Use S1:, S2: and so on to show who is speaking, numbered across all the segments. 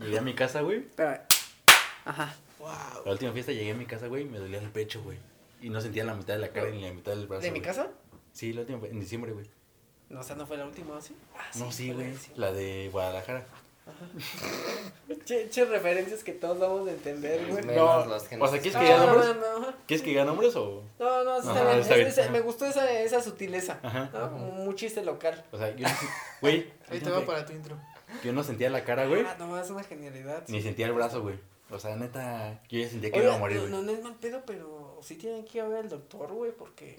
S1: Llegué a mi casa, güey.
S2: Pero, ajá.
S1: La última fiesta llegué a mi casa, güey, y me dolía el pecho, güey. Y no sentía la mitad de la cara ni la mitad del brazo.
S2: ¿De mi
S1: güey.
S2: casa?
S1: Sí, la última fue en diciembre, güey.
S2: No, o sea, no fue la última, ¿sí? Ah,
S1: No, sí,
S2: fue la
S1: güey.
S2: última.
S1: La de Guadalajara.
S2: Che, che, referencias que todos vamos a entender, güey.
S3: Menos los que
S1: o sea,
S3: nos
S1: ¿quieres
S2: No,
S1: que diga
S2: no,
S1: nombres?
S2: no, no.
S1: ¿Quieres que diga nombres o...?
S2: No, no, sí está
S1: Ajá,
S2: bien.
S1: está
S2: Es-
S1: bien.
S2: esa- me gustó esa, esa sutileza.
S1: Ajá.
S2: ¿no? Un chiste local.
S1: O sea, yo... Güey,
S4: Ahí te va para tu intro.
S1: yo no sentía la cara, güey.
S2: Ah, no, es una genialidad. sí.
S1: Ni sentía el brazo, güey. O sea, neta, yo ya sentía que
S2: Oiga,
S1: iba a morir,
S2: no,
S1: güey.
S2: no, no es mal pedo, pero sí tienen que ir a ver al doctor, güey, porque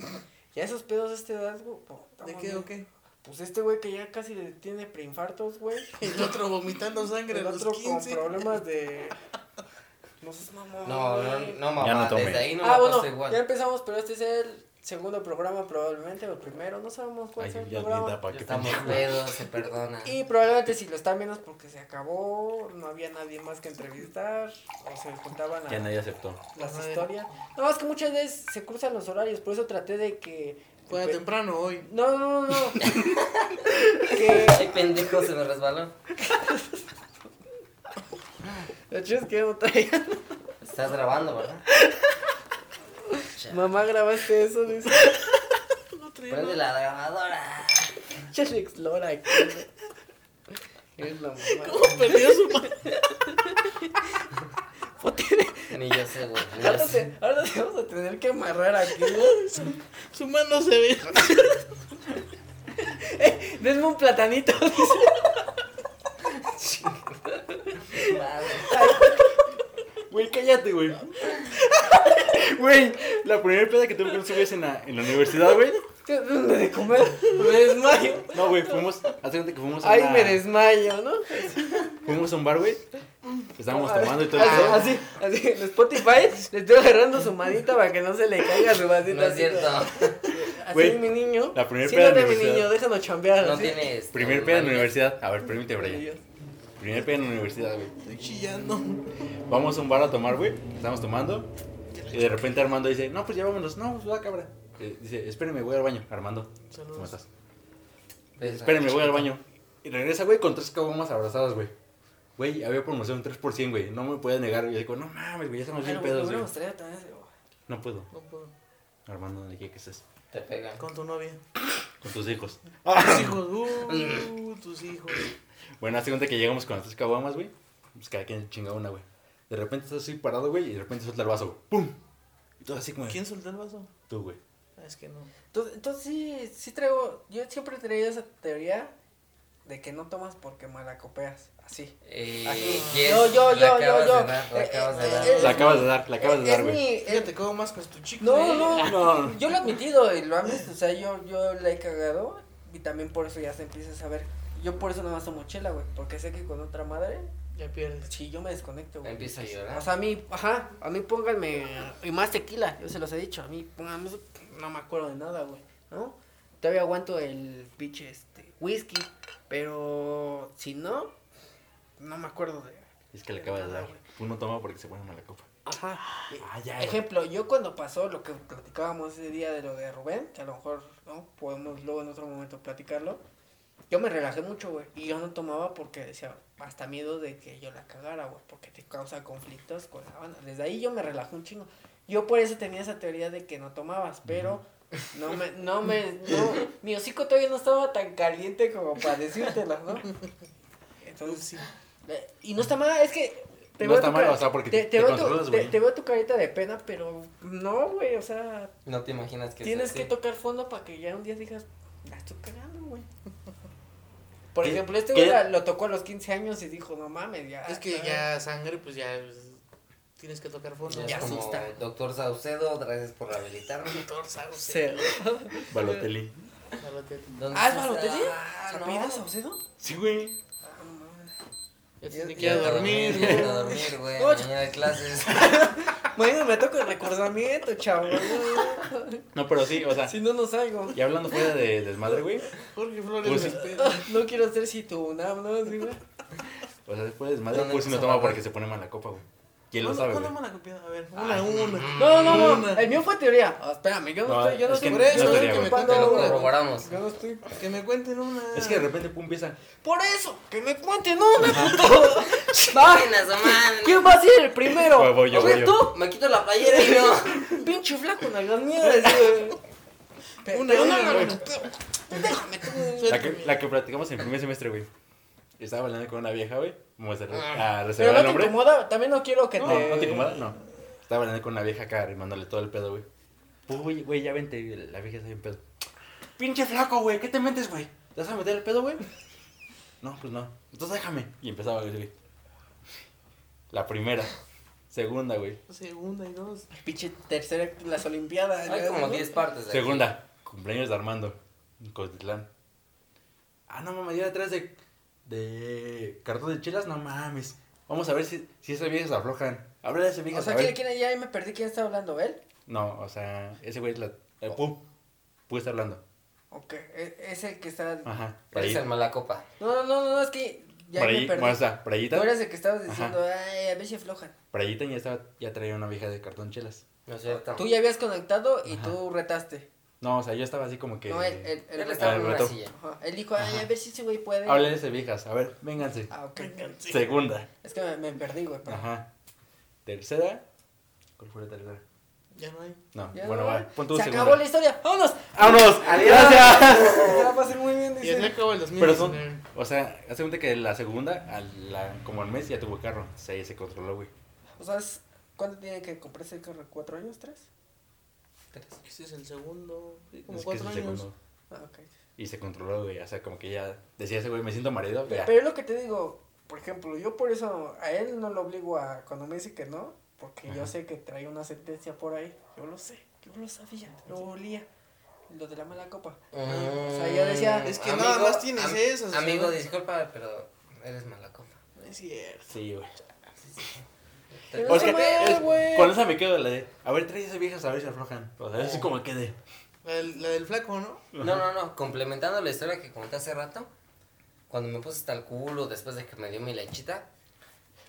S2: ya esos pedos a esta edad, güey. po,
S4: ¿De
S2: pues, estamos
S4: qué o
S2: bien.
S4: qué?
S2: Pues este güey que ya casi le tiene preinfartos, güey.
S4: El otro vomitando sangre
S2: El
S4: a los
S2: otro con
S4: 15.
S2: problemas de. No seas mamón.
S3: No, no,
S2: güey.
S3: no, mamá,
S1: Ya no tomé.
S3: desde ahí no
S2: ah,
S3: me
S2: bueno,
S3: pasa igual.
S2: ya empezamos, pero este es el segundo programa probablemente, o el primero, no sabemos cuál
S1: Ay,
S2: es el
S1: ya ni
S2: programa.
S1: da pa'
S3: Ya
S1: qué
S3: estamos
S1: pendejo.
S3: pedos, se perdona.
S2: Y probablemente si lo están viendo es porque se acabó, no había nadie más que entrevistar, o se contaban
S1: Ya
S2: la-
S1: nadie aceptó.
S2: las
S4: Ajá.
S2: historias. No, es que muchas veces se cruzan los horarios, por eso traté de que...
S4: Fuera
S2: pe-
S4: temprano hoy.
S2: No, no, no, no. que...
S3: Ay, pendejo, se me resbaló.
S2: Lo chido es que yo no traía.
S3: Estás grabando, ¿verdad?
S2: Mamá, grabaste eso, dice.
S4: No traía
S3: Prende
S4: nada.
S3: la grabadora.
S2: Chale, explora aquí. Es la mamá.
S4: ¿Cómo perdió su madre?
S3: Ni yo sé, güey. ni yo
S2: Ahora
S3: sé.
S2: te, ahora te vamos a tener que amarrar aquí, ¿no?
S4: Su mano se ve.
S2: Denme un platanito.
S3: Madre.
S1: Güey, cállate, güey. Güey, la primera peda que tuve con ese güey es en la, en la universidad, güey.
S2: Denme de comer. Me desmayo.
S1: No, güey, fuimos, hace cuenta que fuimos a
S2: Ay,
S1: una-
S2: me desmayo, ¿no?
S1: Fuimos a un bar, güey. Estábamos
S2: A ver,
S1: tomando y todo el pedo.
S2: Así, así, así, en Spotify le estoy agarrando su manita para que no se le caiga su vasito.
S3: No es
S2: así,
S3: cierto.
S2: Así
S1: Güey,
S2: es mi niño.
S1: la primer
S2: Siéntate,
S1: peda de
S2: mi
S1: universidad.
S2: niño, déjalo chambear.
S3: No este,
S2: así.
S3: tienes.
S1: Primer
S3: no,
S1: peda en la
S3: mames.
S1: universidad. A ver, permíteme, Brian. Primer peda en la universidad, güey.
S4: Estoy chillando.
S1: Vamos a un bar a tomar, güey. Estamos tomando. Y de repente Armando dice, no, pues ya vámonos. No, pues va, cabra. Eh, Dice, espérenme, voy al baño. Armando,
S4: Saludos.
S1: ¿cómo estás?
S3: Pues,
S1: Espérenme, voy al baño. Y regresa, güey, con tres caguamas abrazadas, güey. Güey, había promoción 3%, güey. No me puedes negar. güey. Y digo, no mames, güey, ya estamos
S2: Ay,
S1: bien
S2: no,
S1: pedos,
S2: no me
S1: güey.
S2: gustaría tener ese-
S1: No puedo.
S4: No puedo.
S1: Armando, ¿de qué que estés?
S3: Te pegan.
S4: Con tu novia.
S1: Con tus hijos.
S4: Tus hijos. Uh, tus hijos.
S1: Bueno, hace cuenta que llegamos con las tres caguamas, güey. Pues cada quien chinga una, güey. De repente estás así parado, güey, y de repente suelta el vaso, güey. ¡Pum! Y todo así como. de,
S4: ¿Quién soltó el vaso?
S1: Tú, güey.
S4: Ah, es que no.
S2: Entonces, entonces sí, sí traigo, yo siempre traía esa teoría de que no tomas porque malacopeas, así.
S3: Eh,
S2: Así.
S3: ¿quién?
S2: Yo, yo,
S3: La
S2: yo, yo,
S3: acabas
S2: yo.
S3: de dar, la
S2: Eh,
S3: acabas
S2: eh,
S3: de
S2: eh,
S3: dar.
S1: La acabas de dar, la acabas de
S2: Es
S1: dar, güey.
S2: mi- es-
S4: Fíjate cómo más con tu chico.
S2: eh.
S4: eh.
S2: No, no,
S1: No.
S2: yo lo he admitido y lo han visto, o sea, yo, yo la he cagado y también por eso ya se empieza a saber. Yo por eso nomás tomo chela, güey, porque sé que con otra madre,
S4: Ya pierdes.
S2: si yo me desconecto, güey.
S3: Empieza a
S2: O
S3: llorar.
S2: sea, a mí, ajá, a mí pónganme, y más tequila, yo se los he dicho, a mí, pónganme, eso, no me acuerdo de nada, güey, ¿no? Todavía aguanto el pinche, este, whisky, pero si no, no me acuerdo de,
S1: Es que la acabas de dar, güey. Uno toma porque se pone mala copa.
S2: ajá.
S1: Ah, ya, güey.
S2: Ejemplo, yo cuando pasó lo que platicábamos ese día de lo de Rubén, que a lo mejor ¿no? podemos luego en otro momento platicarlo, yo me relajé mucho, güey. Y yo no tomaba porque decía, hasta miedo de que yo la cagara, güey, porque te causa conflictos con la banda. Desde ahí yo me relajé un chingo. Yo por eso tenía esa teoría de que no tomabas, pero no me, no me, no, mi hocico todavía no estaba tan caliente como para decírtela, ¿no? Entonces,
S4: Sí.
S2: eh, Y no está mal, es que.
S1: No
S2: veo
S1: está
S2: tu
S1: mal,
S2: cara-
S1: o sea, porque te- te
S2: veo tu-
S1: controlas,
S2: te-
S1: güey.
S2: te veo tu carita de pena, pero no, güey, o sea,
S3: No te imaginas que
S2: tienes que
S3: sea así.
S2: tocar fondo para que ya un día digas, la estoy cagando, güey. Por
S1: ¿Qué-
S2: ejemplo, este
S1: qué?
S2: güey la- lo tocó a los 15 años y dijo, no mames, ya.
S4: Es que ya sangre, pues ya pues, tienes que tocar fondo.
S3: Ya
S2: Ya
S3: es como eh,
S2: asusta.
S3: Doctor Saucedo, gracias por habilitarme.
S4: Torsa,
S2: Se...
S1: Balotelli.
S3: ¿Dónde
S2: ¿Ah, es
S3: está?
S2: Balotelli?
S3: Ah,
S2: ¿Se
S3: no.
S2: apellida Saucedo?
S1: Sí, güey.
S2: Ah, no mames.
S4: Ya tiene que ir
S3: Ya
S4: a
S3: a
S4: dormir.
S3: ya
S4: güey.
S3: a dormir, güey.
S2: No, yo-
S3: Mañana hay clases.
S2: Bueno, me toca el recordamiento, chavo.
S1: No, pero sí, o sea.
S2: si no, no salgo.
S1: Y hablando fuera de desmadre, güey.
S4: Jorge Flores.
S1: Pues
S4: me
S1: sí.
S4: espera.
S2: No quiero ser si tu ¿no? Así, güey.
S1: O sea, después de desmadre,
S3: ¿Dónde
S1: pues no
S3: empezó,
S1: toma
S3: güey?
S1: porque se pone mala copa, güey. ¿Quién lo
S4: ¿Cuándo-
S1: sabe,
S4: ¿Cuándo
S1: güey?
S4: me la copiaron? A ver, una a una.
S2: No, no, no, no.
S4: Una.
S2: El mío fue teoría. Ah, espérame, yo no,
S1: No,
S2: estoy. Yo no
S1: es que
S2: estoy.
S4: Por eso,
S1: no
S4: eh,
S1: tenía,
S4: que me
S1: güey.
S4: cuenten
S2: Cuando-
S3: Lo
S4: una. güey.
S3: corroboramos.
S2: Yo no estoy.
S4: Que me cuenten una.
S1: Es que de repente, pum, empieza.
S2: Por eso, que me cuenten una.
S3: Páginas, man.
S2: ¿Quién va a ser el primero?
S1: Voy, Ah, voy yo,
S2: A
S1: voy
S2: ver,
S1: yo.
S2: tú,
S3: Me quito la playera y no.
S2: pinche flaco, nalgas miedas, güey.
S4: Una,
S2: Pero
S4: una,
S2: no,
S4: güey.
S2: no, tú Déjame tú.
S1: La que, la que platicamos en primer semestre, güey. Estaba hablando con una vieja, güey. Vamos a, re- a
S2: Pero
S1: reservar
S2: no
S1: el
S2: te
S1: nombre.
S2: incomoda, también no quiero que
S1: No,
S2: te.
S1: no te incomoda, no. Estaba hablando con una vieja acá, armándole todo el pedo, güey. Uy, güey, ya vente, güey, la vieja está bien pedo. Pinche flaco, güey, ¿qué te metes, güey? ¿Te vas a meter el pedo, güey? No, pues no. Entonces déjame. Y empezaba, güey, güey. La primera. Segunda, güey.
S4: Segunda y dos.
S2: Pinche tercera, las Olimpiadas.
S3: Hay
S2: ya,
S3: como
S2: ¿no?
S3: 10 partes. aquí.
S1: Segunda. Cumpleaños de Armando. En Cotitlán. Ah, no mames, ya detrás de. De. Cartón de chelas, no mames. Vamos a ver si, si esas viejas aflojan. Habla de esas viejas.
S2: O sea,
S1: a ver.
S2: ¿quién, quién, ya me perdí quién estaba hablando, él?
S1: No, o sea, ese güey es la.
S2: Oh.
S1: eh, pum. Pude estar hablando.
S2: Ok, e- es el que está.
S1: Ajá.
S3: Eres el
S1: Brayi-
S3: malacopa.
S2: No, no, no, no, es que ya me
S1: Brayi-
S2: perdí.
S1: bueno, o sea, Brayita.
S2: Tú eras el que estabas diciendo, ay, a ver si aflojan.
S1: Brayita ya estaba. Ya traía una vieja de cartón chelas.
S3: No es cierto.
S2: Tú ya habías conectado y
S1: Ajá.
S2: tú retaste.
S1: No, o sea, yo estaba así como que.
S2: No, él, él, él,
S3: Él
S2: retó.
S3: estaba en una
S1: Alberto.
S3: silla.
S2: Ajá, Él dijo, ay, a ver si ese güey puede.
S1: Habla de esas viejas. A ver, vénganse.
S2: Ah, ok.
S1: Segunda.
S2: Es que me, me perdí, güey. pero-
S1: Ajá. Tercera. ¿Cuál fue la tercera?
S4: Ya no hay.
S1: No,
S2: Ya,
S1: bueno,
S2: no,
S1: va. Pon tu
S2: Se
S1: segunda.
S2: acabó la historia. ¡Vámonos!
S1: ¡Vámonos!
S3: Adiós.
S1: ¡Gracias!
S2: Ya la pasé muy bien,
S4: Y así
S2: dice.
S4: acabó el 2000.
S1: Pero son, o sea, hace cuenta que la segunda, a la, como al mes, ya tuvo carro. O sea, ya se controló, güey.
S2: O sea, es- ¿cuánto tiene que comprarse el carro? ¿Cuatro años? ¿Tres?
S4: Ese Este es el segundo. Sí, como
S1: Es que es
S4: cuatro
S1: el
S4: años.
S1: segundo.
S2: Ah, ok.
S1: Y se controló, güey. O sea, como que ya decía ese güey, me siento marido. ya.
S2: Pero es lo que te digo, por ejemplo, yo por eso a él no lo obligo a cuando me dice que no, porque yo
S1: Ajá.
S2: sé que trae una sentencia por ahí. Yo lo sé, yo lo sabía, lo olía. Lo de la mala copa. Ah, O sea, yo decía,
S4: Es que nada más tienes eso, o sea,
S3: Mm, Amigo,
S4: no-
S3: disculpa, pero eres malacopa.
S4: No es cierto.
S1: Sí, güey.
S2: Pero
S1: O
S2: no
S1: sea,
S2: se mueve,
S1: es-
S2: güey.
S1: con esa me quedo la de, a ver, trae esas viejas, a ver si aflojan. O sea, es como que de.
S4: La del, la del flaco, ¿no?
S3: No, no, no. Complementando la historia que conté hace rato, cuando me puse hasta el culo después de que me dio mi lechita,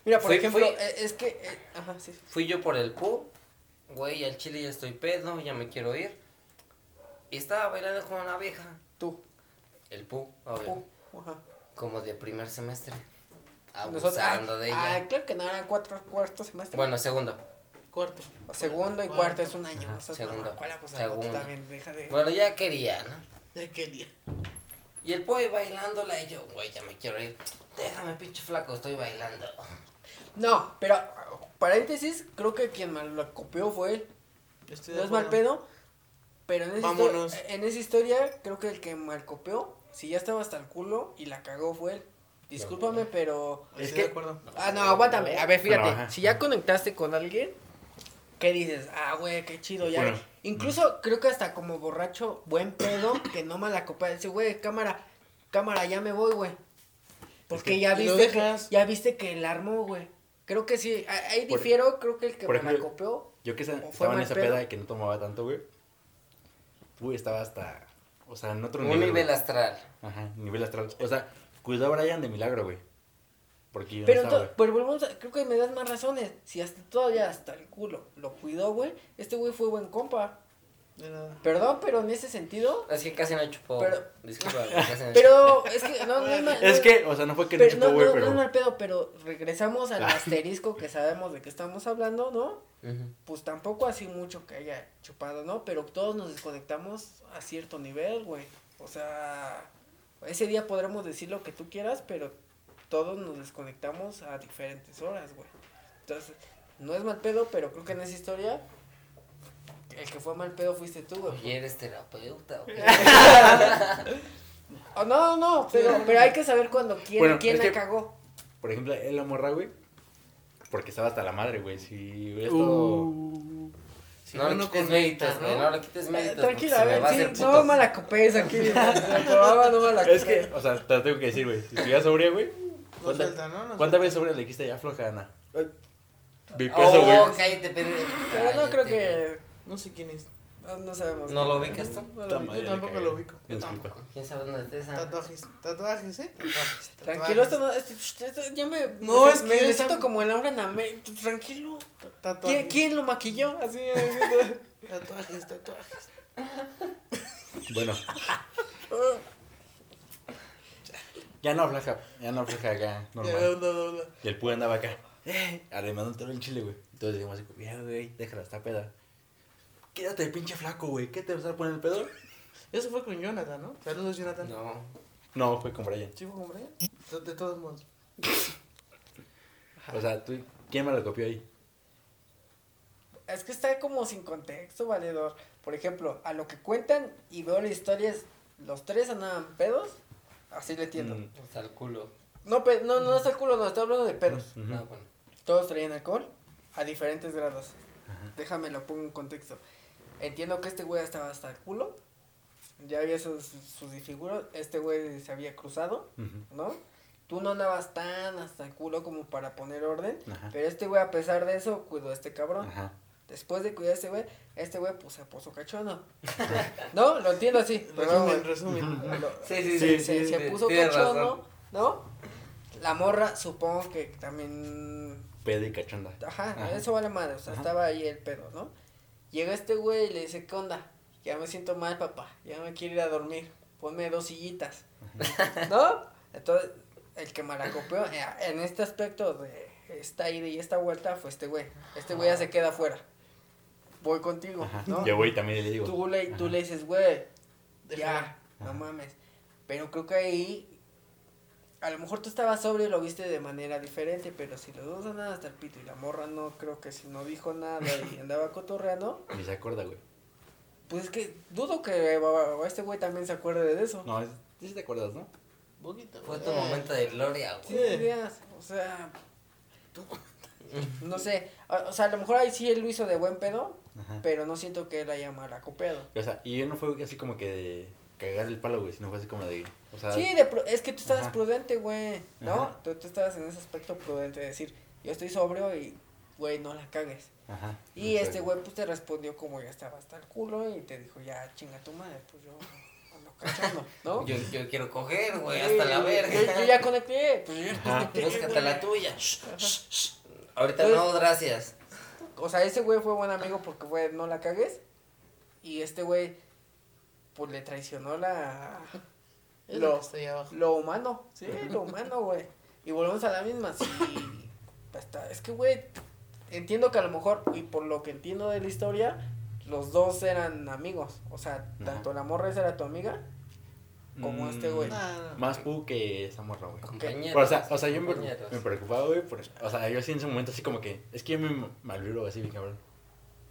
S2: Mira, por
S3: fui-
S2: ejemplo,
S3: fui-
S2: eh, es que. eh, ajá, sí. sí.
S3: fui yo por el pub. Güey, al chile ya estoy pedo, ya me quiero ir. Y estaba bailando con una vieja.
S2: Tú.
S3: El pub, obvio.
S2: tú, ajá.
S3: Como de primer semestre.
S2: Nosotros- ah,
S3: Abusando de ella.
S2: Ah, claro que no eran cuatro cuartos semestres.
S3: bueno, segundo.
S4: Cuarto.
S2: segundo y cuarto, es un año.
S3: Ajá,
S2: o sea,
S3: segundo,
S2: no, ¿Cuál abusador? Tú
S3: segundo.
S2: también, deja de.
S3: Bueno, ya quería, ¿no?
S4: Ya quería.
S3: Y el boy bailándola y yo, güey, ya me quiero ir. Déjame, pinche flaco, estoy bailando.
S2: No, pero paréntesis, creo que quien mal lo copió fue él.
S4: Estoy de
S2: No es mal
S4: acuerdo.
S2: pedo, pero en esa, histo-
S4: Vámonos.
S2: en esa historia creo que el que mal copió, si ya estaba hasta el culo y la cagó fue él. Discúlpame, pero...
S4: Estoy
S2: Es
S4: de
S2: que...
S4: acuerdo.
S2: Ah, no, aguántame. A ver, fíjate,
S1: Bueno, ajá.
S2: si ya conectaste con alguien, ¿qué dices? Ah, güey, qué chido, ya.
S1: Bueno.
S2: Incluso creo que hasta como borracho, buen pedo, que no mala copa. Dice, güey, cámara, cámara, ya me voy, güey. Porque
S1: que-
S2: ya
S4: y lo
S2: viste, que,
S4: dejas.
S2: ya viste que el armó, güey. Creo que sí, a- ahí
S1: Por-
S2: difiero, creo que el que
S1: por
S2: me la
S1: ejemplo,
S2: copió
S1: Yo que esa-
S2: fue
S1: estaba en
S2: mal
S1: esa
S2: pedo.
S1: peda y que no tomaba tanto, güey. Uy, estaba hasta. O sea, en otro
S3: Un
S1: nivel. güey.
S3: nivel astral.
S1: Ajá, nivel astral. O sea, cuidó a Brian de milagro, güey. Porque yo
S2: Pero,
S1: no estaba,
S2: ento- pero volvemos a- creo que me das más razones. Si hasta todavía hasta el culo lo cuidó, güey, este güey fue buen compa.
S4: De nada.
S2: Perdón, pero en ese sentido.
S3: Es que casi no chupó.
S2: Pero-
S3: Disculpa, casi no chupó.
S2: Pero es que no, no es mal-
S1: güey. Es que, o sea, no fue que no
S2: pero, no,
S1: chupó, güey,
S2: no, no
S1: pero.
S2: es mal pedo, pero regresamos al
S1: Ah.
S2: asterisco que sabemos de qué estamos hablando, ¿no?
S3: Ujú.
S2: Pues tampoco así mucho que haya chupado, ¿no? Pero todos nos desconectamos a cierto nivel, güey. O sea, ese día podremos decir lo que tú quieras, pero todos nos desconectamos a diferentes horas, güey. Entonces, no es mal pedo, pero creo que en esa historia, el que fue mal pedo fuiste tú, güey.
S3: Oye, eres terapeuta, güey.
S2: Oh, no, no, pero, pero hay que saber cuando quién,
S1: Bueno,
S2: quién
S1: es
S2: la
S1: que-
S2: cagó.
S1: Por ejemplo, él la morra, güey. Porque estaba hasta la madre, güey. Si hubiera estado.
S4: Uh. Si
S3: no, le
S4: uno
S3: quites
S4: conecta,
S3: méritos, güey. No
S4: ¿no?
S3: le quites
S2: Eh,
S3: méritos.
S2: tranquila, a
S3: porque se me va
S2: ver,
S3: hacer
S2: sí, no
S3: puto.
S2: me la copes aquí. me la probaba, no me la
S1: Es
S2: copes.
S1: que, o sea, te lo tengo que decir, güey. Si estuviera sobria, güey.
S4: No
S1: ¿Cuánta-
S4: suelta, ¿no? No
S1: ¿Cuántas
S4: suelta.
S1: veces sobria le dijiste ya floja, Ana? Ve
S3: Oh,
S1: caso, güey. Oh,
S2: Oh,
S3: cállate, pendejo.
S2: Pero no creo
S3: Cállate,
S2: que.
S4: No sé quién es.
S1: Güey,
S2: No, no sabemos.
S3: ¿No lo ubicas tú?
S2: No lo
S1: Ta
S2: ubico.
S1: madre,
S4: Yo
S1: le
S4: tampoco
S1: cagué.
S4: lo ubico.
S1: Me disculpa.
S3: ¿Quién sabe dónde está esa?
S4: Tatuajes, tatuajes, ¿eh? Tatuajes,
S2: Tranquilo,
S4: tatuajes.
S2: esto no. esto- esto- esto ya me.
S4: No,
S2: me-
S4: es que
S2: me
S4: esa-
S2: siento como el Laura Namé. Tranquilo.
S4: Tatuajes.
S2: ¿Quién, ¿Quién lo maquilló? Así. así.
S4: Tatuajes, tatuajes.
S1: Bueno, ya no flaca, ya no flaca acá,
S4: Ya,
S1: normal.
S4: no, no, no.
S1: Y el puro andaba acá, eh, arremandándolo en Chile, güey. Entonces dijimos así, mira, güey, déjala, está peda. Quédate, pinche flaco, güey, ¿qué te vas a poner el pedo?
S4: Eso fue con Jonathan, ¿no? Saludos, Jonathan.
S3: No.
S1: No, fue con Brian.
S4: ¿Sí fue con Brian? De- De todos modos.
S1: O sea, tú, ¿quién me lo copió ahí?
S2: Es que está como sin contexto, valedor. Por ejemplo, a lo que cuentan y veo las historias, los tres andaban pedos. Así le entiendo.
S1: Mm,
S3: Hasta el culo.
S2: No, pe- no, no está el culo, no, estoy hablando de pedos.
S1: ujú.
S3: No, bueno.
S2: Todos traían alcohol a diferentes grados. Déjame lo pongo en contexto. Entiendo que este güey estaba hasta el culo. Ya había sus, sus disfiguros. Este güey se había cruzado,
S1: ujú,
S2: ¿no? Tú no andabas tan hasta el culo como para poner orden.
S1: Ajá.
S2: Pero este güey, a pesar de eso, cuidó a este cabrón.
S1: Ajá.
S2: Después de cuidar a este güey, este güey pues se puso cachondo. ¿No? Lo entiendo así. Pero,
S4: Resumen, resumen.
S2: lo-
S3: Sí, sí,
S2: se-
S3: sí,
S2: se,
S3: sí,
S2: se
S3: sí,
S2: puso
S3: tienes razón.
S2: cachondo, ¿no? La morra, supongo que también
S1: Peda y cachonda.
S2: Ajá,
S1: Ajá.
S2: eso vale madre, o sea,
S1: Ajá.
S2: estaba ahí el pedo, ¿no? Llega este güey y le dice, ¿qué onda? Ya me siento mal, papá, ya me quiero ir a dormir, ponme dos sillitas, ¿no? Entonces, el que malacopeó eh, en este aspecto de esta ida y esta vuelta fue este güey. Este güey ya se queda afuera. Voy contigo,
S1: Ajá.
S2: ¿no?
S1: Yo, güey, también le digo.
S2: Tú le, tú
S1: Ajá.
S2: le dices, güey,
S4: Déjala.
S2: ya, no
S1: Ajá.
S2: mames. Pero creo que ahí, a lo mejor tú estabas sobrio y lo viste de manera diferente, pero si los dos andaban hasta el pito y la morra no, creo que si no dijo nada y andaba cotorreando,
S1: Ni se acuerda, güey.
S2: pues es que dudo que va- va- este güey también se acuerde de eso.
S1: No, es- sí te acuerdas, ¿no?
S4: Poquito.
S3: Fue
S4: güey.
S3: tu momento de gloria, güey.
S2: Eh. Sí, ideas, o sea, no sé, o o sea, a lo mejor ahí sí él lo hizo de buen pedo,
S1: Ajá.
S2: pero no siento que él haya malacopeado.
S1: O sea, y yo no fue así como que de cagar el palo, güey, sino fue así como de. O sea,
S2: Sí, de pro- es que tú estabas
S1: Ajá.
S2: prudente, güey, ¿no?
S1: Ajá.
S2: Tú, tú estabas en ese aspecto prudente de decir, yo estoy sobrio y, güey, no la cagues.
S1: Ajá.
S2: Y
S1: No sé,
S2: este güey, pues, te respondió como ya estaba hasta el culo y te dijo, ya, chinga tu madre, pues, yo ando cachando, ¿no?
S3: Yo, yo quiero coger, güey,
S2: Sí,
S3: hasta la
S2: yo-
S3: verga.
S2: Yo, yo ya conecté, pues, yo-
S1: Ajá.
S3: Búscate la tuya. Shh, shh, shh. Ahorita
S2: Pues-
S3: no, gracias.
S2: O sea, ese güey fue buen amigo porque, güey, no la cagues. Y este güey, pues, le traicionó la...
S4: Eh, Es lo
S2: Lo,
S4: que está ahí abajo.
S2: Lo humano, sí, lo humano, güey. Y volvemos a la misma, sí. Hasta, es que, güey, entiendo que a lo mejor, y por lo que entiendo de la historia, los dos eran amigos. O sea,
S1: Ajá.
S2: tanto la morra esa era tu amiga, como
S1: Mm,
S2: este güey.
S4: Nah, nah.
S1: Más pu que esa morra, güey.
S3: Compañeros.
S1: Pero, o sea, o sea, yo me,
S3: compañeros.
S1: me preocupaba, güey, por- O sea, yo así en ese momento así como que. Es que yo me malvibro así, mi cabrón.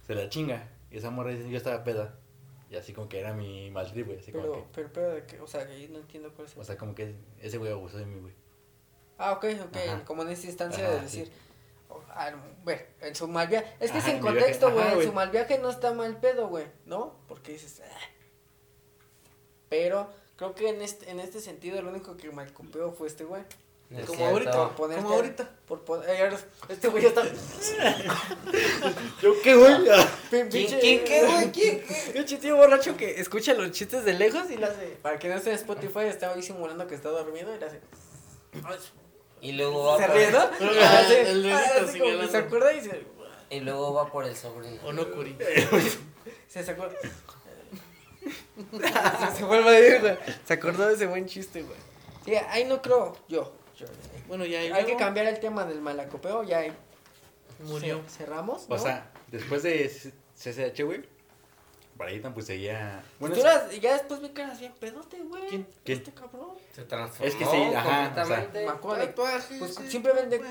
S1: Se la chinga. Y esa morra dice, yo estaba peda. Y así como que era mi mal trip, güey. Así como
S2: Pero,
S1: que.
S2: pero, pero, de que, o sea, que yo no entiendo cuál es el...
S1: O sea, como que ese güey abusó de mí, güey.
S2: Ah, ok, ok,
S1: Ajá.
S2: como en esa instancia
S1: Ajá,
S2: de
S1: sí.
S2: decir... o- ah, no, güey, en su mal viaje. Es que
S1: Ajá,
S2: sin
S1: en mi viaje.
S2: contexto,
S1: Ajá,
S2: güey. En
S1: güey.
S2: su mal viaje no está mal pedo, güey, ¿no? Porque dices. "Ah". Pero creo que en este, en este sentido, el único que mal copió fue este güey.
S3: No es
S4: Como
S3: cierto.
S4: ahorita.
S2: Ponerte-
S4: Como ahorita.
S2: Por pon- eh, ahora- este güey ya está.
S1: ¿Yo qué, güey?
S2: pin-
S3: ¿Quién,
S2: pinche-
S3: quién, qué, güey? ¿Quién, qué?
S2: Pinche tío borracho que escucha los chistes de lejos y le hace. Para que no esté en Spotify, está hoy simulando que está dormido y le hace.
S3: Y luego va
S2: se
S3: por-
S2: ríe, ¿no? Ah, sí,
S4: El dedito
S2: ah, así como que
S4: señalando.
S2: se acuerda y se.
S3: Y luego va por el sobrino.
S4: O no, Curi.
S2: Se sacó. se vuelve a ir, güey. Se acordó de ese buen chiste, güey. Sí, ahí no creo. Yo. yo.
S4: Bueno, ya. y
S2: Hay que
S4: luego
S2: cambiar el tema del malacopeo. Ya ahí
S4: Murió.
S2: ce- cerramos. ¿no?
S1: O sea, después de CCH, güey. Para ahí pues seguía. Bueno,
S2: tú
S1: es-
S2: eras- ya después vi que eras bien pedote, güey.
S4: ¿Quién?
S1: ¿Quién?
S2: Este cabrón.
S3: Se transformó
S1: Es que sí, ajá, o sea.
S3: completamente.
S2: Me acuerdo de-
S4: Tatuajes.
S2: Pues
S4: sí.
S2: simplemente.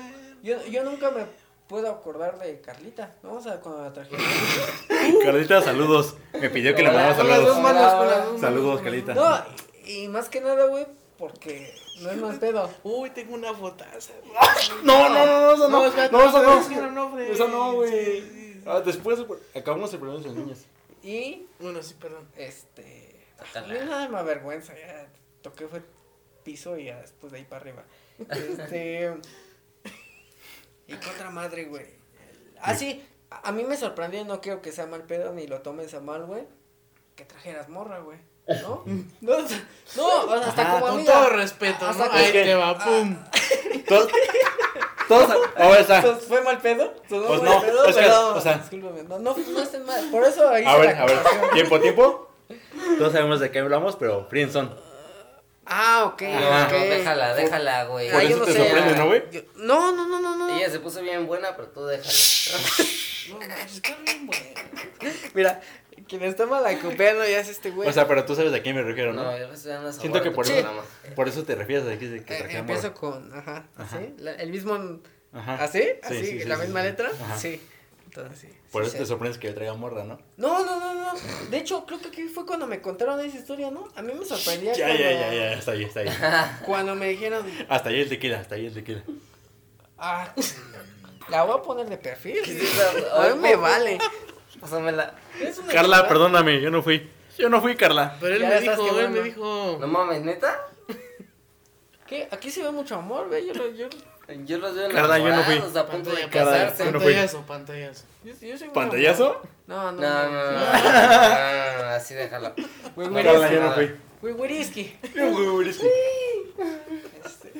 S2: Yo, yo nunca me puedo acordar de Carlita, ¿no? O sea, cuando la trajeron.
S1: Carlita, saludos. Me pidió que le
S3: Hola,
S1: mandara
S4: Con las dos
S1: saludos.
S3: hola.
S4: manos, con las dos manos.
S1: Saludos,
S4: con las
S1: Carlita.
S4: dos
S2: No, y, y más que nada, güey, porque no es mal pedo.
S4: manos. Uy, tengo una fotaza.
S1: No, no, no, no, eso no.
S4: espérate,
S1: No, eso no.
S4: eso no, güey.
S1: Eso no,
S4: Sí,
S1: güey.
S4: sí, sí.
S1: Ah, después acabamos el problema de las niñas.
S2: Y
S4: Bueno, sí, perdón.
S2: Este. A
S3: Total,
S2: mí
S3: nada.
S2: nada me avergüenza, ya toqué fue piso y ya después de ahí para arriba. Este. ¿Y qué otra madre, güey? Ah, sí, A a mí me sorprendió, no quiero que sea mal pedo ni lo tomes a mal, güey. Que trajeras morra, güey. ¿No? No, o sea, no, o sea, hasta
S1: Ajá,
S2: como Pues,
S4: Con
S2: amiga.
S4: todo respeto,
S2: hasta
S4: ¿no?
S2: que-
S4: Ahí
S1: Es que-
S4: te va, pum.
S1: Todos. Todos. A ver, o sea,
S2: Entonces, ¿Fue mal pedo? ¿Sonó
S1: Pues
S2: mal
S1: no,
S2: pedo?
S1: es que,
S2: Perdón,
S1: o sea-
S2: discúlpame. No, no, no estén mal. Por eso ahí
S1: A ver, a ver. Tiempo, tiempo. Todos sabemos de qué hablamos, pero Friendson.
S2: Ah, ok,
S1: Ajá.
S2: ok.
S3: No, déjala, déjala, güey.
S1: Por
S2: Ah, yo
S1: eso
S2: no
S1: te
S2: sé,
S1: sorprende,
S2: ah,
S1: ¿no, güey?
S2: yo- No, no, no, no, no.
S3: Ella se puso bien buena, pero tú déjala.
S2: No, manches, qué bien, güey. Mira, quien está malacopeando ya es este güey.
S1: O sea, pero tú sabes de qué me refiero, ¿no?
S3: No, yo estoy dando
S1: Siento que por
S2: Sí.
S1: eso, por eso te refieres a que, que
S2: Eh,
S1: trajera
S2: empiezo
S1: morra.
S2: con, ajá,
S1: Ajá.
S2: ¿sí? La- el mismo,
S1: Ajá.
S2: ¿así?
S1: Sí,
S2: ¿Así?
S1: sí, sí,
S2: ¿La
S1: sí,
S2: misma
S1: sí.
S2: letra?
S1: Ajá.
S2: Sí. Entonces, sí.
S1: Por
S2: sí
S1: eso
S2: sé.
S1: te sorprendes que yo traiga morra, ¿no?
S2: No, no, no, no. De hecho, creo que aquí fue cuando me contaron esa historia, ¿no? A mí me sorprendía
S1: Ya, ya,
S2: cuando,
S1: ya, ya, está ahí, está ahí.
S2: cuando me dijeron,
S1: Hasta ahí el tequila, hasta ahí el tequila.
S2: ah, la voy a poner de perfil.
S3: A
S2: A mí me vale.
S3: Pásamela.
S2: Es una
S1: Carla,
S2: chingada.
S1: perdóname, yo no fui. Yo no fui, Carla.
S4: Pero él
S2: Ya
S4: me
S2: estás
S4: dijo, él
S2: quemando.
S4: me dijo.
S3: No mames, neta.
S2: ¿Qué? Aquí se ve mucho amor, ve. Yo, lo- yo,
S3: Yo los veo
S1: Carla, yo no fui.
S3: enamorados, a punto de
S4: Pantalla,
S1: Caray, yo
S3: casarse. No,
S1: no fui.
S4: pantallazo, pantallazo.
S2: yo, yo soy muy
S1: ¿Pantallazo?
S2: amor. No, no,
S3: no, no,
S2: no.
S3: no, no, no, así déjala.
S2: Güey,
S3: No,
S2: güey,
S1: Carla, yo no
S3: nada.
S1: fui.
S2: güey, güey, es que- Este.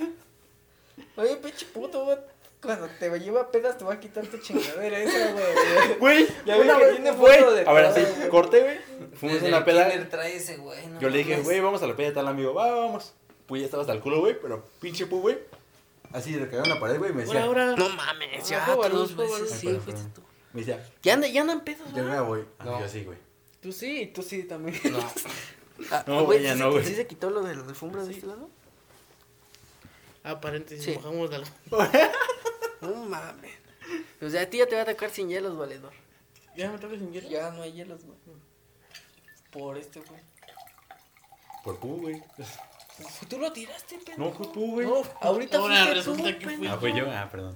S2: Oye, pinche puto, güey. Cuando te lleva a pedas te va a quitar tu chingadera esa, güey.
S1: Güey,
S2: Ya vi
S3: Ah,
S1: una
S2: que
S1: vez-
S2: tiene
S1: güey,
S2: foto de
S1: A ver,
S2: todo,
S1: así,
S2: güey.
S1: corte, güey. Fuimos a
S3: Desde
S1: una
S3: el
S1: peda.
S3: kinder trae ese güey, no
S1: Yo le dije,
S3: mames.
S1: güey, vamos a la peda de tal amigo. Va, vamos. Pues ya estaba hasta el culo, güey, pero pinche pu, güey. Así le cagaba en la pared, güey, y me decía.
S4: ahora.
S2: No mames,
S4: ya, otras dos veces,
S1: Ay,
S4: sí,
S1: perdón,
S4: fuiste
S1: Ah, perdón. Me decía,
S2: Ya andan, ya andan pedos,
S1: yo
S2: güey.
S1: ahora voy. Ah,
S3: No.
S1: Yo así, güey.
S2: Tú sí, tú sí también.
S3: No.
S2: Ah,
S1: No, güey, ya
S2: ¿sí
S1: no,
S2: se-
S1: güey.
S2: ¿Sí se quitó lo de la alfombra de este lado?
S4: Ah, paréntesis,
S2: Sí.
S4: mojamos la.
S2: No mames. O sea, a ti ya te va a atacar sin hielos, valedor.
S4: Ya me traes sin hielo.
S2: Ya no hay hielos, güey. Por este, güey.
S1: Por pu, güey.
S2: Tú lo tiraste, pendejo.
S1: No, fue tú, güey.
S2: No, ahorita
S4: Ahora
S2: fuiste tú,
S4: resulta que fui
S2: pendejo.
S1: Ah, fue yo. Ah, perdón.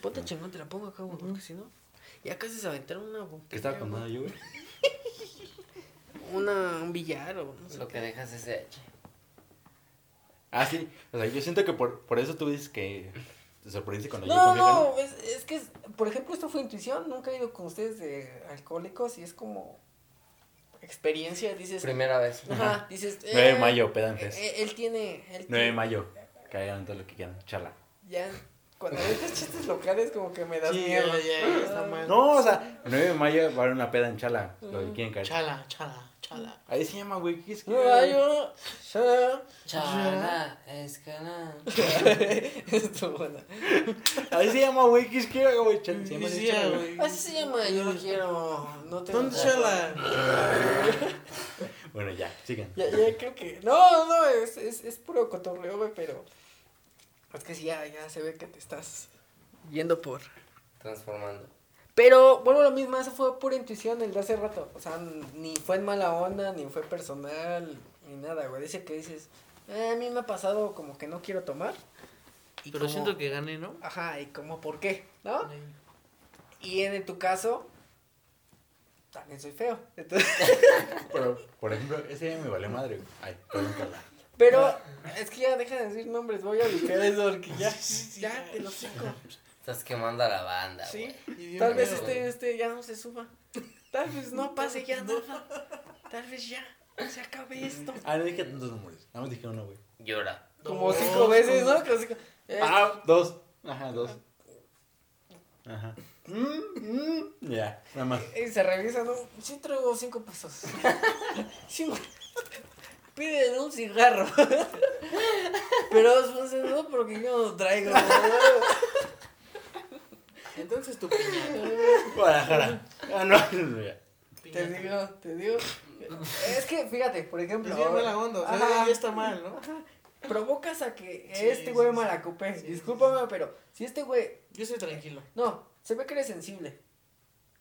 S2: Ponte chingón, te la pongo acá, güey, porque si no... Ya casi se aventaron una botella,
S1: ¿Qué estaba
S2: güey.
S1: contando yo, güey?
S2: Una, un billar o no sé.
S3: Lo que dejas es H.
S1: Ah, sí. O sea, yo siento que por, por eso tú dices que te sorprendiste cuando yo
S2: No,
S1: conmigo,
S2: no, es, es que, es- por ejemplo, esto fue intuición. Nunca he ido con ustedes de alcohólicos y es como experiencia. Dices,
S3: Primera vez.
S2: ajá, dices,
S1: 9 de mayo, pedantes.
S2: eh, él tiene,
S1: 9 de
S2: él tiene-
S1: mayo. Caigan todo lo que quieran. Charla.
S2: Ya, cuando dices chistes locales, como que me das
S4: Sí,
S2: miedo.
S4: ya, ya, ya, está mal.
S1: No, o sea, 9 de mayo va a haber una peda en Chala. Lo
S2: Mm,
S1: que quieren caer.
S4: Chala, chala, chala.
S1: Ahí se llama, güey. ¿Qué es que-
S2: Mayo, ya.
S3: Chala, escala.
S2: Esto, bueno.
S1: Ahí se llama, güey. ¿Qué es que hago, güey? Chala. Se llama así,
S4: Sí,
S1: Chala, güey.
S4: güey.
S2: Así se llama, yo no quiero. No te
S4: ¿Dónde chala?
S1: Bueno, ya, sigan.
S2: Ya, ya creo que. No, no, es, es, es puro cotorreo, güey, pero. Es que sí, ya, ya se ve que te estás yendo por.
S3: Transformando.
S2: Pero bueno, lo mismo, eso fue pura intuición el de hace rato. O sea, n- ni fue en mala onda, ni fue personal, ni nada, güey. Dice que dices, "Eh, a mí me ha pasado como que no quiero tomar. Y
S4: Pero
S2: como-
S4: siento que gané, ¿no?
S2: Ajá, y como por qué, ¿no? Y en tu caso, también soy feo. Entonces.
S1: Pero, por ejemplo, ese día me valió madre. güey. Ay, perdón, Carla.
S2: Pero
S4: Ah.
S2: es que ya deja de decir nombres, voy a limpiar eso porque ya, ya te lo sigo.
S3: Estás quemando a la banda,
S2: Sí,
S3: güey.
S2: tal vez
S3: mío.
S2: este, este ya no se suba. Tal vez no pase ya nada. Tal vez ya se acabe esto.
S1: Ah, no dije tantos números. Nada más dije uno, güey.
S3: Llora.
S2: Como cinco veces, ¿no? Como cinco- Eh,
S1: Ah, dos. Ajá, dos. Ajá. Mm, mm, Ya, nada más.
S2: Y se revisa, ¿no? Sí traigo cinco pesos. Sí, güey. Piden un cigarro. Pero después, no, porque yo no traigo. ¿no?
S4: Entonces tu piña.
S1: Guadalajara. Ah, no, no, ya.
S2: Te
S4: piña.
S2: digo, te digo. Es que, fíjate, por ejemplo.
S4: Es bien
S2: ahora-
S4: mala onda, o sea,
S2: Ajá.
S4: ya está mal, ¿no?
S2: provocas a que
S4: Sí,
S2: este güey
S4: sí, sí.
S2: malacope.
S4: Sí,
S2: Discúlpame, pero si este güey.
S4: Yo estoy tranquilo.
S2: No, se ve que eres sensible.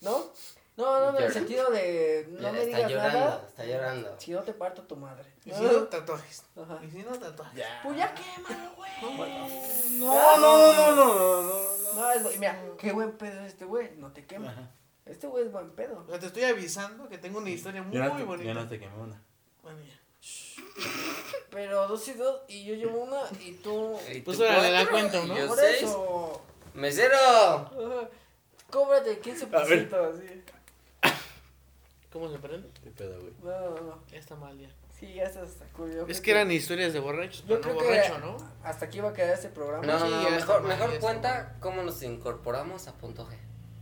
S2: ¿No? No, no, no, en el
S3: Llora.
S2: sentido de. No
S3: Ya,
S2: me
S3: está
S2: digas
S3: llorando,
S2: nada.
S3: está llorando.
S2: Si no te parto tu madre.
S4: Y
S2: No,
S4: si no tatuajes.
S2: Ajá.
S4: Y si no tatuajes.
S1: Ya.
S2: Pues ya quémalo, güey.
S1: No, no, no, no, no, no, no.
S2: No, es bu- Mira, qué buen pedo es este güey. No te quema.
S1: Ajá.
S2: Este güey es buen pedo.
S4: O sea, te estoy avisando que tengo una historia muy
S1: Yo no, te,
S4: bonita.
S1: yo no te quemé una.
S4: Bueno, ya.
S2: Pero dos y dos, y yo llevo una, y tú.
S3: Y
S4: Pues
S3: tú
S4: órale, la
S3: cuatro,
S4: cuento,
S3: y
S4: ¿no?
S3: yo
S2: Por
S3: seis.
S2: eso.
S3: ¡Mesero!
S2: Ajá. Cóbrate 15
S1: A ver.
S2: pesitos, sí.
S4: ¿Cómo se prende?
S1: Qué pedo, güey.
S2: No, no, no.
S4: Ya está mal ya.
S2: Sí, ya se hasta cubrió.
S4: Es que eran historias de borrachos,
S2: Yo
S4: pero no
S2: creo
S4: borracho,
S2: que
S4: ¿no?
S2: hasta aquí va a quedar este programa.
S3: No, no,
S4: Sí,
S3: no,
S4: ya está
S3: mejor,
S4: mal, ya
S3: mejor
S4: está
S3: cuenta cómo nos incorporamos a punto G.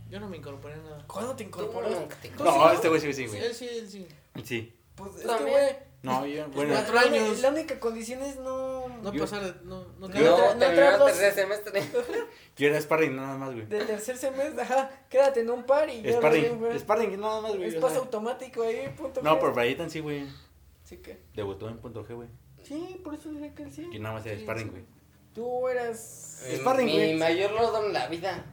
S4: Yo no me incorporé en nada.
S2: ¿Cuándo te
S3: Tú
S2: incorporas?
S3: nunca te
S1: No,
S3: incorporas.
S1: este güey sí, sí, güey.
S4: Él sí, él sí.
S1: Sí.
S2: Pues es que,
S3: También.
S2: güey.
S1: No, yo, bueno.
S4: Cuatro
S2: la- la-
S4: años.
S2: La única condición es no.
S4: No
S1: Yo-
S4: pasar, de- no, no,
S3: No,
S4: te-
S2: No,
S3: no
S2: no
S3: terminaron
S2: tratas-
S3: tercer semestre.
S1: Yo era sparring nada más, güey.
S2: Del tercer semestre, ajá. Quédate en un par y ya. lo
S1: Sparring,
S2: ven,
S1: sparring nada más,
S2: güey.
S1: güey.
S2: Es
S1: o
S2: paso
S1: sea.
S2: automático ahí, punto.
S1: No,
S2: G.
S1: pero Brighton sí, güey.
S2: Sí que.
S1: Debutó en punto G, güey.
S2: Sí, por eso diría que él
S1: Que
S2: sí.
S1: nada más era
S4: Sí,
S1: sparring,
S4: sí.
S1: güey.
S2: Tú eras
S1: Es sparring,
S3: Mi
S1: güey.
S3: mayor logro en la vida.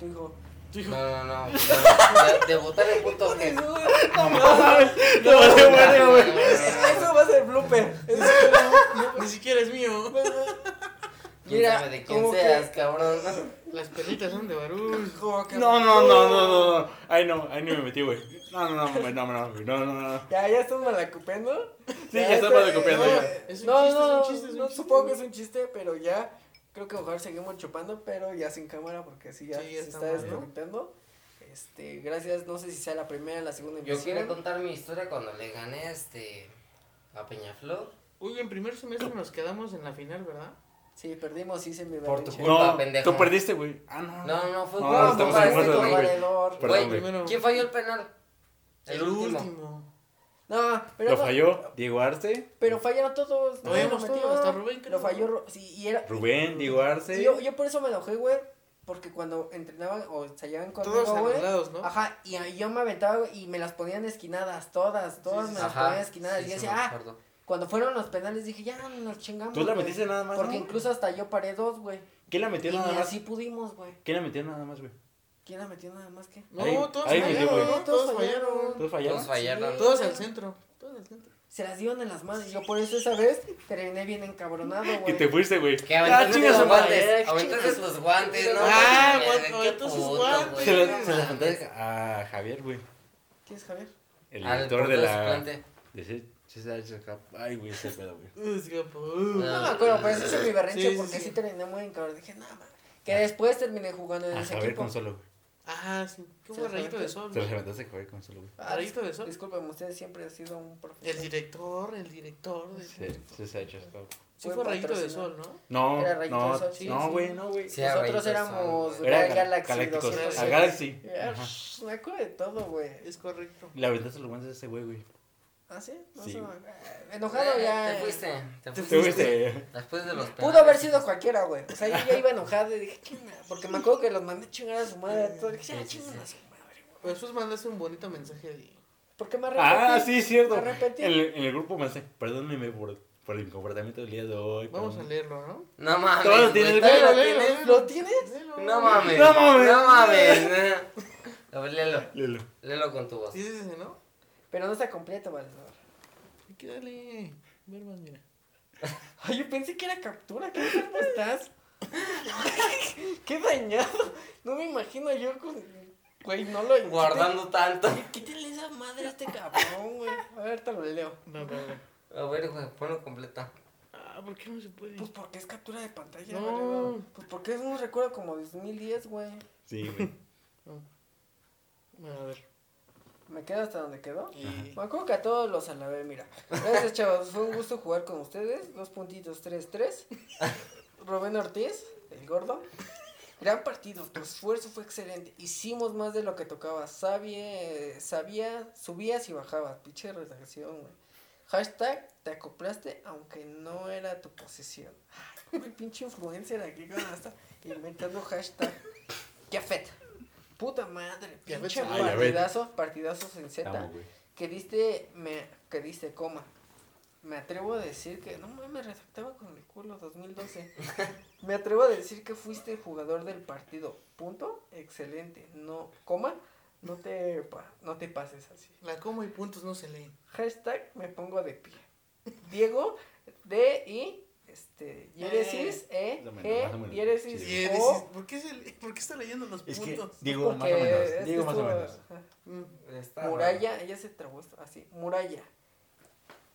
S2: tu hijo.
S4: tu hijo.
S3: No, no, no. De- Debutar en punto
S2: Eso,
S1: No, se
S3: G.
S1: muere,
S3: no,
S1: güey.
S3: no, no, no.
S2: eso va a ser blooper. Eso-
S4: Ni siquiera es mío.
S3: ¿Quién
S2: Mira,
S3: sabe de quién
S2: como que-
S3: seas, cabrón?
S4: Las perritas son de Barul.
S2: Como que-
S1: No, no, no, no, no. Ay, no, ahí ni me metí, güey. No, no, no, güey, no, no, güey, no, no, no.
S2: Ya, ya estás malacopeando.
S1: Sí, ya estás malacopeando,
S2: eh,
S1: ya.
S2: eh,
S4: Es un
S2: no,
S4: chiste, es un
S2: no,
S4: chiste, es un
S2: no,
S4: chiste.
S2: supongo que es un chiste, pero ya. Creo que ojalá seguimos chupando, pero ya sin cámara, porque sí, ya
S4: Sí,
S2: se
S4: ya
S2: está
S4: está mal, ¿no?
S2: desconectando. Este, gracias, no sé si sea la primera, la segunda
S3: Yo quiero
S2: emisión.
S3: contar mi historia cuando le gané este a Peñaflor.
S4: Uy, en primer semestre nos quedamos en la final, ¿verdad?
S2: Sí, perdimos, hice mi
S3: Por tu
S2: berrinche.
S3: culpa.
S1: No,
S3: pendejo.
S1: tú perdiste, güey. Ah, no.
S3: No, no, fue
S1: No,
S3: culpa
S1: estamos
S3: de
S1: en
S3: este
S1: contra de
S3: güey.
S1: güey.
S2: valedor.
S1: Perdón, güey.
S4: primero.
S3: ¿Quién falló el penal? El, último.
S2: No, pero
S1: Lo
S2: no-
S1: falló Diego Arce,
S2: Pero fallaron todos.
S4: No, ya no
S2: metió.
S4: estaba, hasta Rubén, creo.
S2: Lo falló. Ru- Sí, y era.
S1: Rubén, Diego Arce.
S2: Sí, Yo, yo por eso me enojé, güey. Porque cuando entrenaban o ensayaban conmigo,
S4: Todos
S2: güey.
S4: agarrados, ¿no?
S2: Ajá, y ahí yo me aventaba güey, y me las ponían esquinadas, todas, todas
S4: Sí, sí,
S2: me
S4: sí.
S2: las ponían esquinadas. y
S3: sí,
S2: yo
S3: sí,
S2: decía,
S3: me
S2: ah,
S3: acuerdo.
S2: cuando fueron los penales dije, ya nos chingamos.
S1: Tú la
S2: güey".
S1: metiste nada más,
S2: Porque
S1: ¿no?
S2: incluso hasta yo paré dos, güey.
S1: ¿Quién la
S2: Y
S1: metió
S2: ni
S1: nada más?
S2: así pudimos, güey.
S1: ¿Quién la metió nada más, güey?
S2: ¿Quién la metió nada más que?
S4: No,
S1: Ahí-
S4: todos
S1: ahí
S4: fallaron,
S1: metió, güey.
S4: ¿no? todos fallaron.
S1: ¿Todos fallaron?
S3: Todos fallaron.
S2: Sí.
S4: Todos al centro. Todos al centro.
S2: Se las dieron en las manos. Y yo por eso esa vez terminé bien encabronado,
S1: Y
S2: güey.
S1: te fuiste, güey.
S3: Que
S1: Ah,
S3: aventaste
S1: chinga
S3: los
S1: su madre.
S2: madre,
S3: guantes. Aventaste
S2: chinga
S3: tus guantes, ¿no?
S4: Ah,
S3: Qué
S4: bueno, aventó sus
S3: puto,
S4: guantes.
S3: güey,
S1: Se
S3: no
S1: la- se la
S3: mames.
S1: contaste a Javier, güey.
S2: ¿Quién es Javier?
S1: El
S3: Al
S1: director de
S3: portero
S1: la.
S3: suplente.
S1: De C- CSH. Ay, güey, ese pedo, güey.
S4: Es que, pues, po-
S2: No
S3: No.
S2: me acuerdo, pero ese es mi berrinche
S4: Sí, sí,
S2: porque sí,
S4: sí.
S2: terminé muy encabronado. Dije, nada, más. Que después terminé jugando en
S1: A
S2: ese
S1: Javier
S2: equipo.
S1: Consuelo, güey.
S4: Ah, sí. Qué
S2: Se los
S4: buen rayito de
S2: aventó.
S4: sol.
S1: Se la levantaste a Javier Consuelo, güey.
S2: Ah,
S4: Rayito de sol.
S2: Disculpen, usted siempre ha sido un
S4: El
S2: profesor.
S4: director, el director. de-
S1: Sí, CSH.
S4: Sí fue rayito de sol, ¿no?
S1: No,
S2: Era rayito
S1: no,
S2: de sol, sí,
S1: no,
S4: sí.
S1: güey, no, güey.
S3: Sí,
S2: Nosotros
S3: Rayito
S2: éramos
S3: Sol, güey.
S1: Era
S2: Ray
S1: Gal-
S2: Galaxy
S1: Galácticos.
S2: 200.
S1: A Galaxy.
S2: Ya, shh, Me acuerdo de todo, güey.
S4: Es correcto.
S1: Le aventaste los guantes a ese güey, güey.
S2: ¿Ah, sí? No
S1: Sí.
S2: sé. eh, Enojado
S3: Eh,
S2: ya. eh.
S3: Te fuiste. Te
S1: Te
S3: fuiste.
S1: fuiste.
S3: Después de los
S2: Pudo haber
S3: penales.
S2: sido cualquiera, güey. O sea, yo ya iba enojado y dije, ¿qué nada? Porque me acuerdo que los mandé a chingar a su madre. a todos. Dije, ya,
S3: Sí, sí,
S2: chingan
S3: sí.
S2: a su madre, güey.
S4: Pero Pues después mandaste un bonito mensaje de...
S2: Porque me arrepentí.
S1: Ah, sí, cierto.
S2: Me arrepentí.
S1: En el, en el grupo me hace, perdónenme por, por el comportamiento del día de hoy.
S4: Vamos a
S1: perdón".
S4: leerlo, ¿no?
S3: No mames.
S1: Todo lo
S3: güey,
S1: tienes, güey,
S3: ¿todavía lo
S1: lo
S3: tienes?
S1: lees.
S2: ¿Lo tienes?
S4: Léelo.
S3: No mames.
S1: No mames.
S3: No mames. A ver, léelo.
S1: Lelo.
S3: Léelo con tu voz.
S4: Sí, sí, sí, ¿no?
S2: Pero no está completo, Valedor.
S4: Hay que darle... Ver más, mira.
S2: Ay, yo pensé que era captura. ¿Qué enfermo estás? Qué dañado. No me imagino yo con. Güey, no lo quítale-
S3: Guardando tanto.
S2: Quítale esa madre a este cabrón, güey. A ver, te lo leo.
S4: No, no, no.
S3: A ver, güey, ponlo completa.
S4: Ah, ¿por qué no se puede?
S2: Pues porque es captura de pantalla,
S4: No.
S2: valedor. Pues porque es un recuerdo como de 2010, güey.
S1: Sí, güey.
S4: Bueno, a ver.
S2: ¿Me quedo hasta donde quedó?
S4: Y...
S2: Me acuerdo que a todos los alabé, mira. Gracias, chavos. Fue un gusto jugar con ustedes. Dos puntitos, tres, tres. Rubén Ortiz, el gordo. Gran partido, tu esfuerzo fue excelente. Hicimos más de lo que tocaba. Sabía, sabía subías y bajabas. Pinche redacción, güey. Hashtag, te acoplaste aunque no era tu posesión. Ay, güey, pinche influencer aquí con hasta inventando hashtag. Jafet. Puta madre,
S4: Jafet
S2: pinche
S4: Sabah.
S1: Ay, Jafet.
S2: partidazo, partidazo en Z
S1: Estamos, güey.
S2: que diste, me, que diste coma. Me atrevo a decir que, no mames, redactaba con el culo 2012. me atrevo a decir que fuiste el jugador del partido. Punto, excelente. No, coma, no te, pa- no te pases así.
S4: La coma y puntos no se leen.
S2: Hashtag, me pongo de pie. Diego, D, I, este, Yeresis, E,
S1: Dámelo, dámelo.
S2: G, Yeresis,
S1: Sí,
S4: Y él
S2: O.
S4: dice, ¿por qué, se lee? ¿Por qué está leyendo los
S1: Es que
S4: puntos?
S1: digo más o
S2: porque
S1: menos.
S2: es
S1: Digo
S2: que
S1: más o
S2: estuvo-
S1: menos.
S2: ajá.
S4: Mm.
S3: Está
S2: Muralla, ella se trabó esto, así, muralla.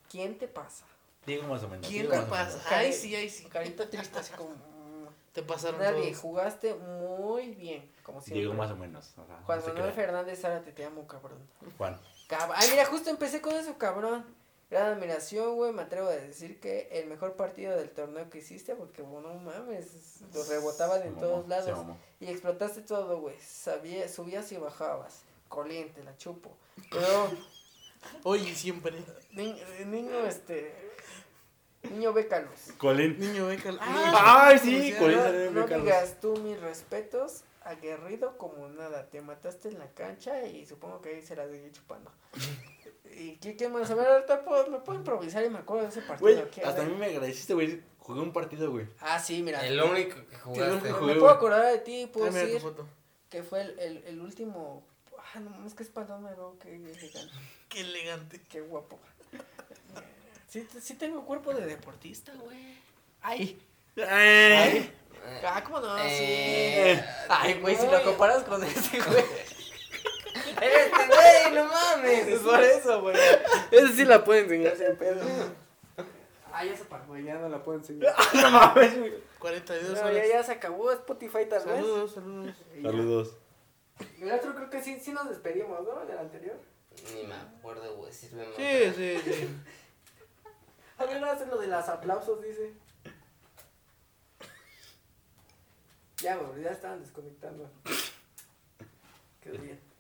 S2: ¿Quién te pasa?
S1: Digo más o menos.
S4: ¿Quién
S1: digo
S4: te
S1: más o menos.
S4: pasa? Ay, sí, ay, sí.
S2: Carita triste, así como. mm,
S4: Te pasaron
S2: Nadie,
S4: todos.
S2: jugaste muy bien, como siempre.
S1: Digo más o menos. o sea, no
S2: Juan
S1: se
S2: Manuel
S1: crea.
S2: Fernández Zárate, te amo, cabrón.
S1: Juan.
S2: Cab- Ay, mira, justo empecé con eso, cabrón. Gran admiración, güey. Me atrevo a decir que el mejor partido del torneo que hiciste, porque, bueno, no mames, lo rebotaban
S1: se
S2: en
S1: mamó,
S2: todos
S1: se
S2: lados.
S1: mamó.
S2: Y explotaste todo, güey. Sabía- Subías y bajabas. Coliente, la chupo. Pero,
S4: Hoy y siempre.
S2: ni- niño, este. Niño, bécalos.
S1: Colín.
S4: Niño, beca.
S1: Ah, ay, sí,
S4: ¿cómo
S1: Colín
S4: se llama?
S2: No,
S1: salió de
S2: no
S1: Becalos.
S2: digas tú mis respetos. Aguerrido como nada. Te mataste en la cancha y supongo que ahí se la seguí chupando. y Kike Manzanero, ahorita puedo, me puedo improvisar y me acuerdo de ese partido.
S1: Güey,
S2: ¿Qué?
S1: hasta a mí me agradeciste, güey. Jugué un partido, güey.
S2: Ah, sí, mira.
S3: El único que
S1: único que
S3: jugaste.
S1: jugué.
S2: me
S1: güey.
S2: puedo acordar de ti, puedo
S4: Ah, mira tu
S2: decir.
S4: foto.
S2: que fue el, el, el último. Ah, no, es que espantón me veo, qué elegante,
S4: Qué elegante.
S2: qué guapo. Sí, sí tengo cuerpo de deportista, güey. Ay.
S1: Ay.
S3: Eh,
S2: Ah, ¿cómo no?
S3: Eh,
S2: sí. Ay, güey, si lo
S3: güey.
S2: comparas con ese, güey.
S3: Este güey, no
S2: Es
S3: mames.
S2: por eso, güey.
S4: Esa sí la pueden enseñar sin pedo.
S2: Ay, Ah, ya se paró, güey, ya no la puedo enseñar.
S4: Ah, 42
S2: No,
S4: horas.
S2: ya, ya se acabó Spotify tal vez.
S4: Saludos, saludos.
S2: Y ya.
S1: Saludos.
S2: El otro creo que sí, sí nos despedimos, ¿no? Del anterior.
S3: Ni me acuerdo, güey. Sirve más.
S4: Sí, sí, sí.
S2: A ver, hacen lo de los aplausos, dice. Ya, güey, ya estaban desconectando. Qué bien.